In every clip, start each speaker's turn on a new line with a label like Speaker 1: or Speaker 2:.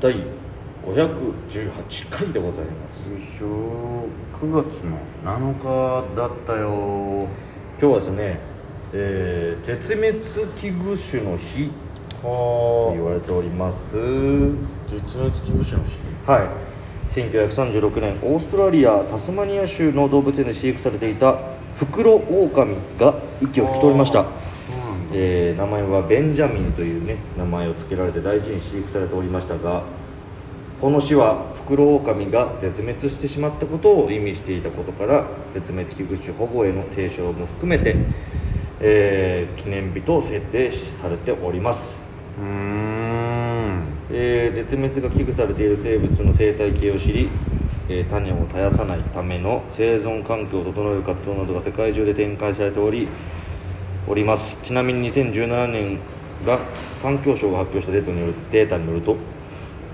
Speaker 1: 第518回でございます
Speaker 2: よいしょ9月の7日だったよ
Speaker 1: 今日はですね、えー絶滅危惧種の日と言
Speaker 2: は
Speaker 1: われております
Speaker 2: あ絶滅危惧種の日
Speaker 1: はい1936年オーストラリアタスマニア州の動物園で飼育されていたフクロオオカミが息を引き取りました
Speaker 2: そうなんだ
Speaker 1: えー名前はベンジャミンというね名前を付けられて大事に飼育されておりましたがこの死はフクロオオカミが絶滅してしまったことを意味していたことから絶滅危惧種保護への提唱も含めて、えー記念日と設定されております
Speaker 2: うーん
Speaker 1: えー絶滅が危惧されている生物の生態系を知り、えー種を絶やさないための生存環境を整える活動などが世界中で展開されておりおりますちなみに2017年が環境省が発表したデータによるデータによると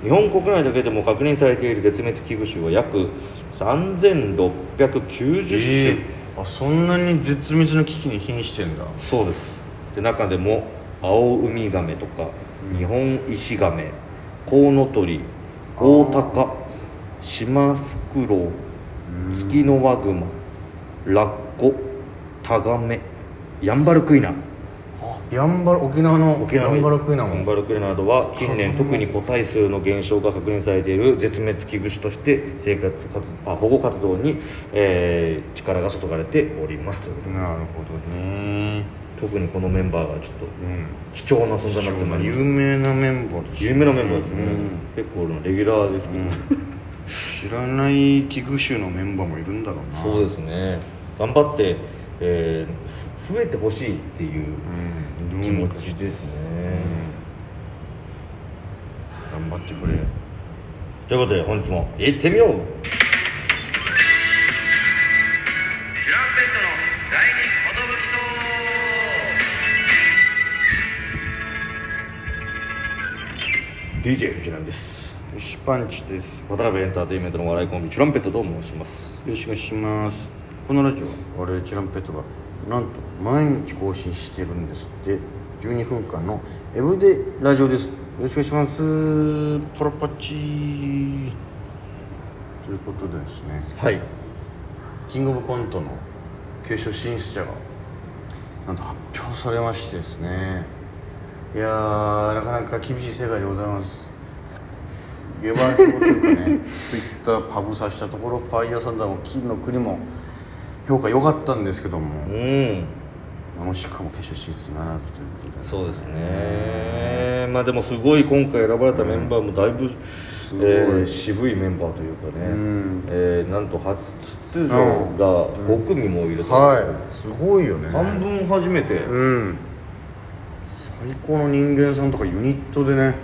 Speaker 1: 日本国内だけでも確認されている絶滅危惧種は約3690種、
Speaker 2: えー、あそんなに絶滅の危機に瀕してんだ
Speaker 1: そうですで中でもアオウミガメとか
Speaker 2: うん
Speaker 1: 日本イシガメコウノトリ
Speaker 2: あー
Speaker 1: オオタカシマフクロウツキノワグマラッコタガメヤンバルクイナ
Speaker 2: あやんばる沖縄の
Speaker 1: 沖縄
Speaker 2: や
Speaker 1: に
Speaker 2: んばるクイナ
Speaker 1: ヤン
Speaker 2: も
Speaker 1: バルクイナなどは近年特に個体数の減少が確認されている絶滅危惧種として生活活あ保護活動に、えー力が注がれておりますということで
Speaker 2: なるほどね
Speaker 1: 特にこのメンバーがちょっと
Speaker 2: うん
Speaker 1: 貴重な存在になってまいりま
Speaker 2: 有
Speaker 1: す
Speaker 2: 名なメンバーだし
Speaker 1: 有名なメンバーですね、
Speaker 2: うん
Speaker 1: 結構俺のレギュラーですけど、
Speaker 2: 知らない危惧種のメンバーもいるんだろうな
Speaker 1: そうですね頑張って、えーふ増えてほしいっていう
Speaker 2: うん
Speaker 1: 気持ちですね、
Speaker 2: 頑張ってくれ
Speaker 1: ということで本日も行ってみようチュランペットの第二 DJ 藤波です
Speaker 2: 牛パンチです
Speaker 1: 渡辺エンターテインメントのお笑いコンビチュランペットと申します
Speaker 2: よろしくお願いしますこのラジオは我々チュランペットがなんと毎日更新してるんですって12分間のエブリデイラジオですよろしくお願いしますポロパチということでですね
Speaker 1: はい
Speaker 2: キングオブコントの決勝進出者がなんと発表されましてですねいやーなかなか厳しい世界でございます下馬評という かねツイッターパブさしたところファイヤーサンダーも金の国も評価良かったんですけど
Speaker 1: う
Speaker 2: も
Speaker 1: ん
Speaker 2: もしかも決勝進出ならずということで
Speaker 1: そうですね、まあ、でもすごい今回選ばれたメンバーもだいぶ、
Speaker 2: すごい
Speaker 1: えー渋いメンバーというかね、
Speaker 2: うん
Speaker 1: えーなんと初出場が5組もいると、
Speaker 2: はいすごいよね
Speaker 1: 半分初めて、
Speaker 2: うん最高の人間さんとかユニットでね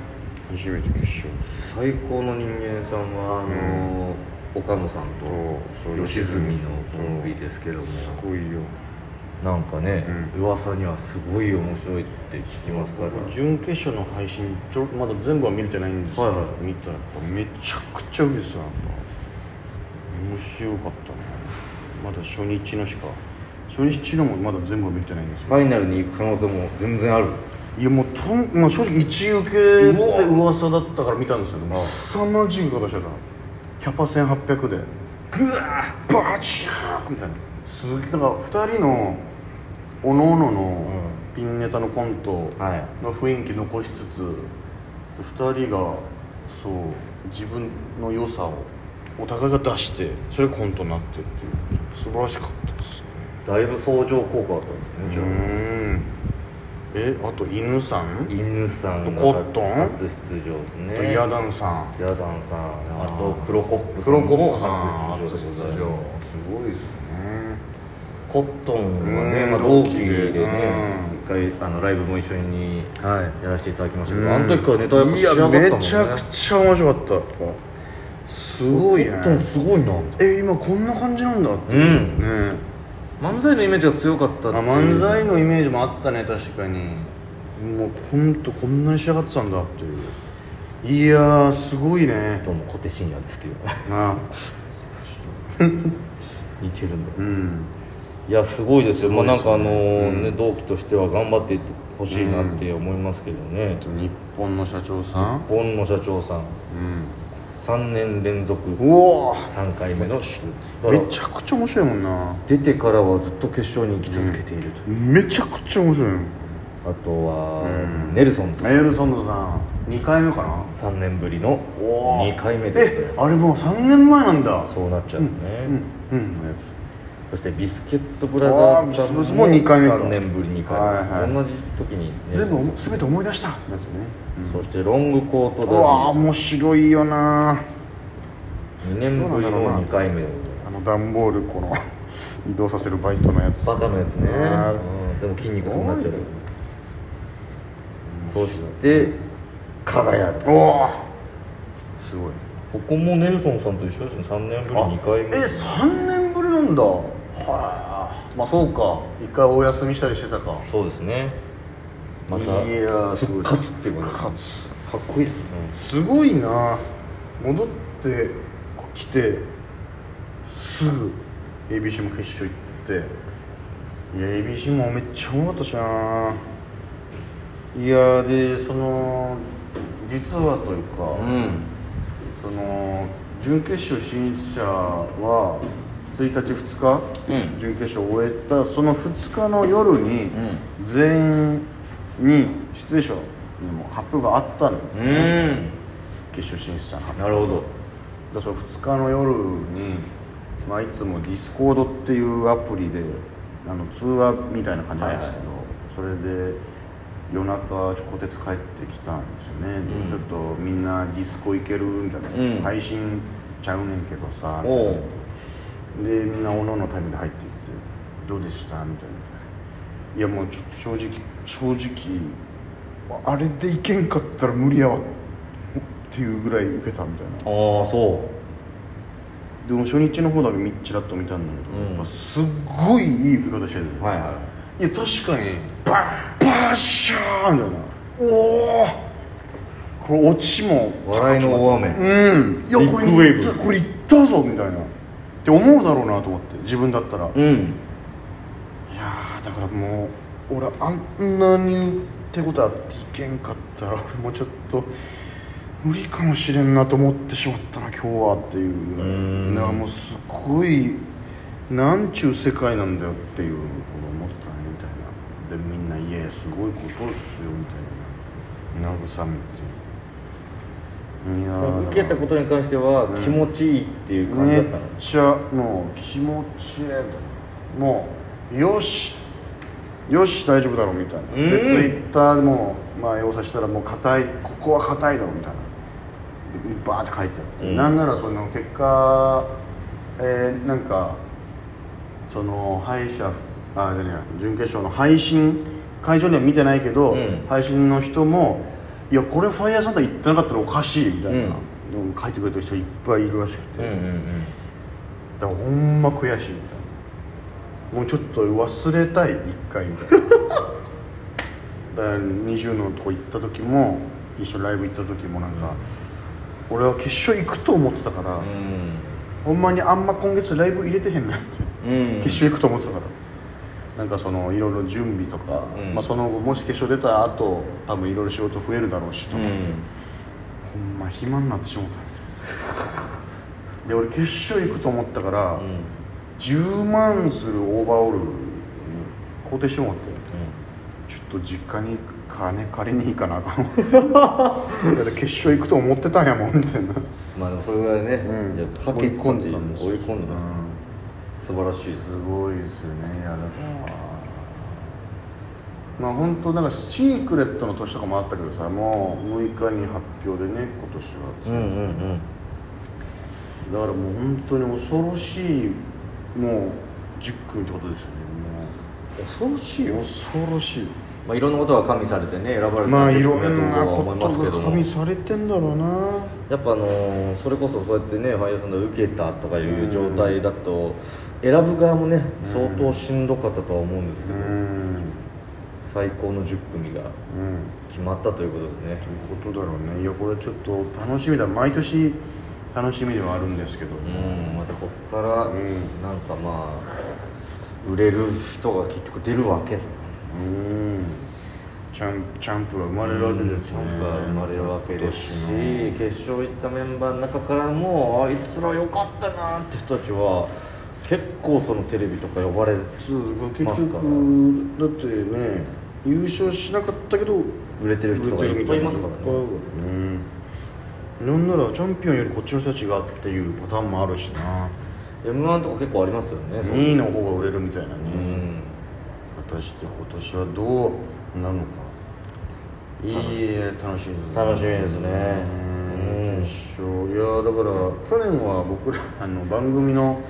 Speaker 2: 初めて決勝
Speaker 1: 最高の人間さんはあの、岡野さん
Speaker 2: そうそ
Speaker 1: と
Speaker 2: う
Speaker 1: 吉住のコンビですけども
Speaker 2: すごいよ
Speaker 1: なんかね、
Speaker 2: う
Speaker 1: 噂にはすごい面白いって聞きますから
Speaker 2: 準決勝の配信ちょまだ全部は見れてないんですけ
Speaker 1: は
Speaker 2: ど、
Speaker 1: いはい
Speaker 2: 見たらやっぱめちゃくちゃいいですよやっぱ面白かったねまだ初日のしか初日のもまだ全部は見れてないんですけ
Speaker 1: フ
Speaker 2: ど、
Speaker 1: ァイナルに行く可能性も全然ある
Speaker 2: い、やもうとん、まあ、正直一受けって噂だったから見たんですけど
Speaker 1: うわ
Speaker 2: 凄まじい形してたキャパ1800で
Speaker 1: うわ
Speaker 2: バチャーみたいなすげえだから2人のおのののピンネタのコント、
Speaker 1: はい
Speaker 2: の雰囲気残しつつ2人がそう自分の良さをお互いが出してそれがコントになってるっていう素晴らしかったですね
Speaker 1: だいぶ相乗効果あったんですねじゃあ、
Speaker 2: んえあと犬さん
Speaker 1: 犬さんが
Speaker 2: コットン
Speaker 1: 初出場です
Speaker 2: あ
Speaker 1: ね
Speaker 2: とヤダンさん
Speaker 1: ヤダンさん
Speaker 2: や
Speaker 1: あと黒コップさ
Speaker 2: 黒
Speaker 1: ん
Speaker 2: コッ
Speaker 1: も
Speaker 2: プさん
Speaker 1: 初
Speaker 2: 初
Speaker 1: 出
Speaker 2: 出
Speaker 1: 場
Speaker 2: 場
Speaker 1: です
Speaker 2: ごいですね
Speaker 1: コットンはね、
Speaker 2: うん
Speaker 1: まあ、同期で
Speaker 2: 同期で
Speaker 1: ね一回あのライブも一緒に
Speaker 2: はい
Speaker 1: やらせていただきましたけどあの時からネタやっぱ仕上がっ
Speaker 2: い
Speaker 1: て
Speaker 2: や
Speaker 1: たもん
Speaker 2: め
Speaker 1: ね
Speaker 2: ちゃくちゃ面白かったやっぱすごいね
Speaker 1: コットンすごいな
Speaker 2: え今こんな感じなんだっていうね
Speaker 1: 漫才のイメージが強かったって
Speaker 2: あ
Speaker 1: いう
Speaker 2: 漫才のイメージもあったね確かにもうほんとこんなに仕上がってたんだっていういやーすごいね
Speaker 1: どうも小手伸也ですっていう
Speaker 2: あ
Speaker 1: 似てるんだ
Speaker 2: うん
Speaker 1: いやすごいですよまあなん
Speaker 2: すご
Speaker 1: かあ
Speaker 2: いです
Speaker 1: の
Speaker 2: ね
Speaker 1: ーね同期としては頑張っていってほしいなって思いますけどね
Speaker 2: あと日本の社長さん
Speaker 1: 日本の社長さん3年連続
Speaker 2: うんうお
Speaker 1: 3回目の出
Speaker 2: ー
Speaker 1: 場
Speaker 2: めちゃくちゃ面白いもんな
Speaker 1: 出てからはずっと決勝に行き続けていると、
Speaker 2: めちゃくちゃ面白いもん
Speaker 1: あとは、
Speaker 2: うん
Speaker 1: ネルソンズ
Speaker 2: エルソンドさん2回目かな
Speaker 1: 3年ぶりの
Speaker 2: お
Speaker 1: 2
Speaker 2: ー
Speaker 1: 回目で
Speaker 2: えあれもう3年前なんだ
Speaker 1: そうなっちゃうんですね、
Speaker 2: うんうんのやつ
Speaker 1: そしてビスケットブラザーズさん
Speaker 2: あービスもう二回目か
Speaker 1: 3年ぶり2回目、
Speaker 2: はいはい
Speaker 1: 同じ時にね、
Speaker 2: 全部おも全て思い出したやつね
Speaker 1: そしてロングコート
Speaker 2: うわー
Speaker 1: ダ
Speaker 2: 面白いよな
Speaker 1: ディ2年ぶり
Speaker 2: どうなんだろうな
Speaker 1: の2回目でございます
Speaker 2: あの段ボールこの 移動させるバイトのやつ
Speaker 1: バカのやつね、
Speaker 2: あ
Speaker 1: うんでも筋肉そうなっちゃうそして輝
Speaker 2: ーおおすごい
Speaker 1: ここもネルソンさんと一緒ですね3年ぶり2回目
Speaker 2: え3年ぶりなんだはいまあそうか一回お休みしたりしてたか
Speaker 1: そうですねまた
Speaker 2: いやーすごい
Speaker 1: 復活っていうか
Speaker 2: 復活
Speaker 1: かっこいいですね
Speaker 2: すごいな戻ってきてすぐ ABC も決勝行っていや ABC もめっちゃおもろかったしないやーでその実はというか、
Speaker 1: うん
Speaker 2: その準決勝進出者は1日2日、
Speaker 1: うん
Speaker 2: 準決勝を終えたその2日の夜に全員に出演者にも発表があったんです
Speaker 1: う
Speaker 2: ね、
Speaker 1: ん
Speaker 2: 決勝進出者の発表
Speaker 1: なるほど
Speaker 2: だからその2日の夜に、まあ、いつもディスコードっていうアプリであの通話みたいな感じなんですけど、それで夜中こてつ帰ってきたんですよね、で
Speaker 1: うん
Speaker 2: ちょっとみんなディスコ行けるみたいな、
Speaker 1: うん
Speaker 2: 配信ちゃうねんけどさみたい
Speaker 1: お
Speaker 2: な
Speaker 1: う
Speaker 2: でみんなおのおのタイムで入っていって「どうでした?」みたいな「いやもうちょっと正直正直あれでいけんかったら無理やわ」っていうぐらい受けたみたいな
Speaker 1: ああそ
Speaker 2: でも初日の方だけみっちらっと見たんだけど、
Speaker 1: うん
Speaker 2: やっぱすっごいいい受け方してる
Speaker 1: う
Speaker 2: い、
Speaker 1: はいはい
Speaker 2: いや確かにバーンバシャーみたいなおおこれ落ちも
Speaker 1: 笑いの大雨
Speaker 2: うんいやこれ
Speaker 1: ビッグウェーブ
Speaker 2: いったこれいったぞみたいなって思うだろうなと思って自分だったら、い
Speaker 1: うん
Speaker 2: やーだからもう俺あんなにってことあっていけんかったら俺もちょっと無理かもしれんなと思ってしまったな今日はっていう
Speaker 1: うーん
Speaker 2: なもうすごいなんちゅう世界なんだよっていうのを思ったねみたいなでみんな「いやすごいことっすよ」みたいな慰めていや
Speaker 1: そ
Speaker 2: ー
Speaker 1: の受けたことに関しては気持ちいいっていう感じ
Speaker 2: め
Speaker 1: だ
Speaker 2: っ
Speaker 1: ったの、
Speaker 2: ちゃもう気持ちいいんだよもうよしよし大丈夫だろうみたいな
Speaker 1: うん
Speaker 2: でツイッターでもまあ要請したらもう硬いここは硬いだろうみたいなでバーって書いてあって、
Speaker 1: うん
Speaker 2: なんならその結果えーなんかその敗者あじゃねえや準決勝の配信会場には見てないけど、
Speaker 1: うん
Speaker 2: 配信の人もいやこれファイヤーサンダー行ってなかったらおかしいみたいな、うん書いてくれてる人いっぱいいるらしくて、
Speaker 1: うんうんうん
Speaker 2: だからほんま悔しいみたいなもうちょっと忘れたい一回みたいな だから20のとこ行った時も一緒にライブ行った時もなんか、俺は決勝行くと思ってたから、ほんまにあんま今月ライブ入れてへんなって、
Speaker 1: うんうん
Speaker 2: 決勝行くと思ってたからなんかそのいろいろ準備とか、
Speaker 1: うん
Speaker 2: まあ、その後もし決勝出た後多分いろいろ仕事増えるだろうしと
Speaker 1: う
Speaker 2: か、
Speaker 1: ん
Speaker 2: ほんま暇になってしもたみたいなで俺決勝行くと思ったから、
Speaker 1: うん
Speaker 2: 10万するオーバーオールに買うてしもってちょっと実家に金借りに行かなあかんわだって決 勝行くと思ってたんやもんみたいな
Speaker 1: まあでもそれぐらいね、やっぱかけてたっていう追い込んでた、素晴らしいです
Speaker 2: すごいですよねいやだからまあ本当なんかシークレットの年とかもあったけどさもう6日に発表でね今年は、
Speaker 1: うんうん
Speaker 2: だからもう本当に恐ろしいもう10組ってことですよね
Speaker 1: うん恐ろしいよ
Speaker 2: もう恐ろしい
Speaker 1: まあいろんなことが加味されてね選ばれて
Speaker 2: まあいろ
Speaker 1: 組
Speaker 2: んな
Speaker 1: だと
Speaker 2: こ
Speaker 1: 思い
Speaker 2: と
Speaker 1: ますけど
Speaker 2: が加
Speaker 1: も
Speaker 2: 味されてんだろうな
Speaker 1: やっぱあのーそれこそそうやってねファイヤーサンダー受けたとかいう状態だと選ぶ側もね相当しんどかったとは思うんです
Speaker 2: う
Speaker 1: けど
Speaker 2: ん
Speaker 1: 最高の10組が
Speaker 2: うん
Speaker 1: 決まったということでね
Speaker 2: ということだろうねいやこれちょっと楽しみだ毎年楽しみではあるんですけど
Speaker 1: うんまたこっから
Speaker 2: うん
Speaker 1: なんかまあ売れる人が結局出るわけです
Speaker 2: うんちチャンチャンプは生まれるわけです
Speaker 1: チ
Speaker 2: ね
Speaker 1: ャンプは生まれるわけですし
Speaker 2: 今年の
Speaker 1: 決勝行ったメンバーの中からもあいつら良かったなって人たちは結構そのテレビとか呼ばれ
Speaker 2: そう結
Speaker 1: ます
Speaker 2: 局
Speaker 1: から
Speaker 2: だってね優勝しなかったけど
Speaker 1: 売れてる人がいっぱいいますから
Speaker 2: 売れてる
Speaker 1: ね
Speaker 2: みたいなのがいっぱいいるからねなんならチャンピオンよりこっちの人たちがっていうパターンもあるしな
Speaker 1: m 1とか結構ありますよねそう
Speaker 2: 2位の方が売れるみたいな
Speaker 1: う
Speaker 2: ね
Speaker 1: ん
Speaker 2: 果たして今年はどうなるのかいいえ楽しみですね
Speaker 1: 楽しみですね
Speaker 2: うん決勝いやーだから去年は僕らあの番組の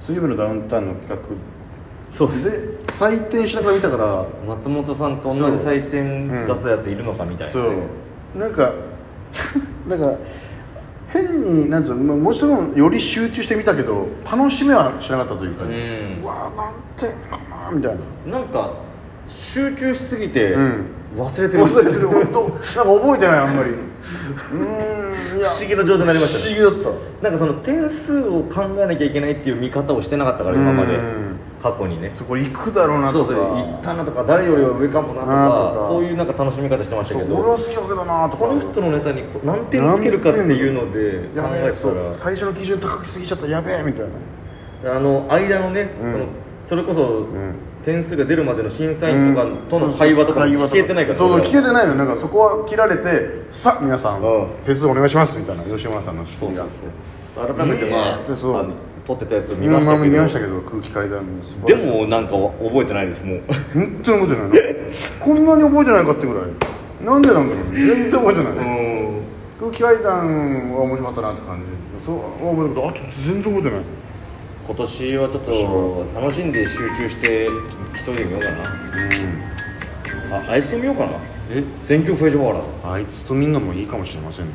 Speaker 2: 水曜日のダウンタウンの企画
Speaker 1: そうです
Speaker 2: で採点しながら見たから
Speaker 1: 松本さんと同じ採点出すやついるのかみたいな、
Speaker 2: そうなんか なんか変になんつうのまあもちろんより集中してみたけど楽しめはしなかったというか、
Speaker 1: うん
Speaker 2: うわーなんてかなみたいな
Speaker 1: なんか集中しすぎて
Speaker 2: うん
Speaker 1: 忘れてる、
Speaker 2: 忘 れてる本当なんか覚えてないあんまりうーんいや
Speaker 1: 不思議な状態になりましたね
Speaker 2: 不思議だっ
Speaker 1: なんかその点数を考えなきゃいけないっていう見方をしてなかったから今まで
Speaker 2: うん
Speaker 1: 過去にね
Speaker 2: たそこ行くだろうな
Speaker 1: そ
Speaker 2: と
Speaker 1: う
Speaker 2: か
Speaker 1: そう行ったなとか誰よりは上かもなと
Speaker 2: な
Speaker 1: か
Speaker 2: とか
Speaker 1: そういうなんか楽しみ方してました
Speaker 2: そう
Speaker 1: け
Speaker 2: 俺は好
Speaker 1: ど
Speaker 2: きだけどなとか
Speaker 1: この人のネタにこう何点つけるかっていうので
Speaker 2: や
Speaker 1: 考
Speaker 2: べえそう
Speaker 1: え
Speaker 2: 最初の基準高すぎちゃったやべえみたいな
Speaker 1: たらあの間のね、
Speaker 2: うん
Speaker 1: そのそれこそ
Speaker 2: ん
Speaker 1: 点数が出るまでの審査員とかとの会話とかも聞けてないから
Speaker 2: そうそう聞
Speaker 1: 僕
Speaker 2: け
Speaker 1: らは
Speaker 2: てないのよなんかそこは切られてさあ皆さん
Speaker 1: うん
Speaker 2: 点数お願いしますみたいな吉村さんの仕
Speaker 1: そ
Speaker 2: 組
Speaker 1: う
Speaker 2: み
Speaker 1: そうそう
Speaker 2: が
Speaker 1: 改めてまあ,、
Speaker 2: えーそう
Speaker 1: あの撮ってたやつ見ま
Speaker 2: 今
Speaker 1: したけ
Speaker 2: 見まし
Speaker 1: ど
Speaker 2: たけど空気階段の素晴
Speaker 1: で
Speaker 2: らしい
Speaker 1: もなんか覚えてないですもう
Speaker 2: 本当に覚えてないなこんなに覚えてないかってぐらいなんでなんだろう全然覚えてない、
Speaker 1: うん
Speaker 2: 空気階段は面白かったなって感じそうは覚えてるけどあと全然覚えてない
Speaker 1: 今年はちょっと楽しんで集中して一人で見ようかなああいつと見ようかな
Speaker 2: え
Speaker 1: 選挙フェジョワラ
Speaker 2: あいつとみんなもいいかもしれませんね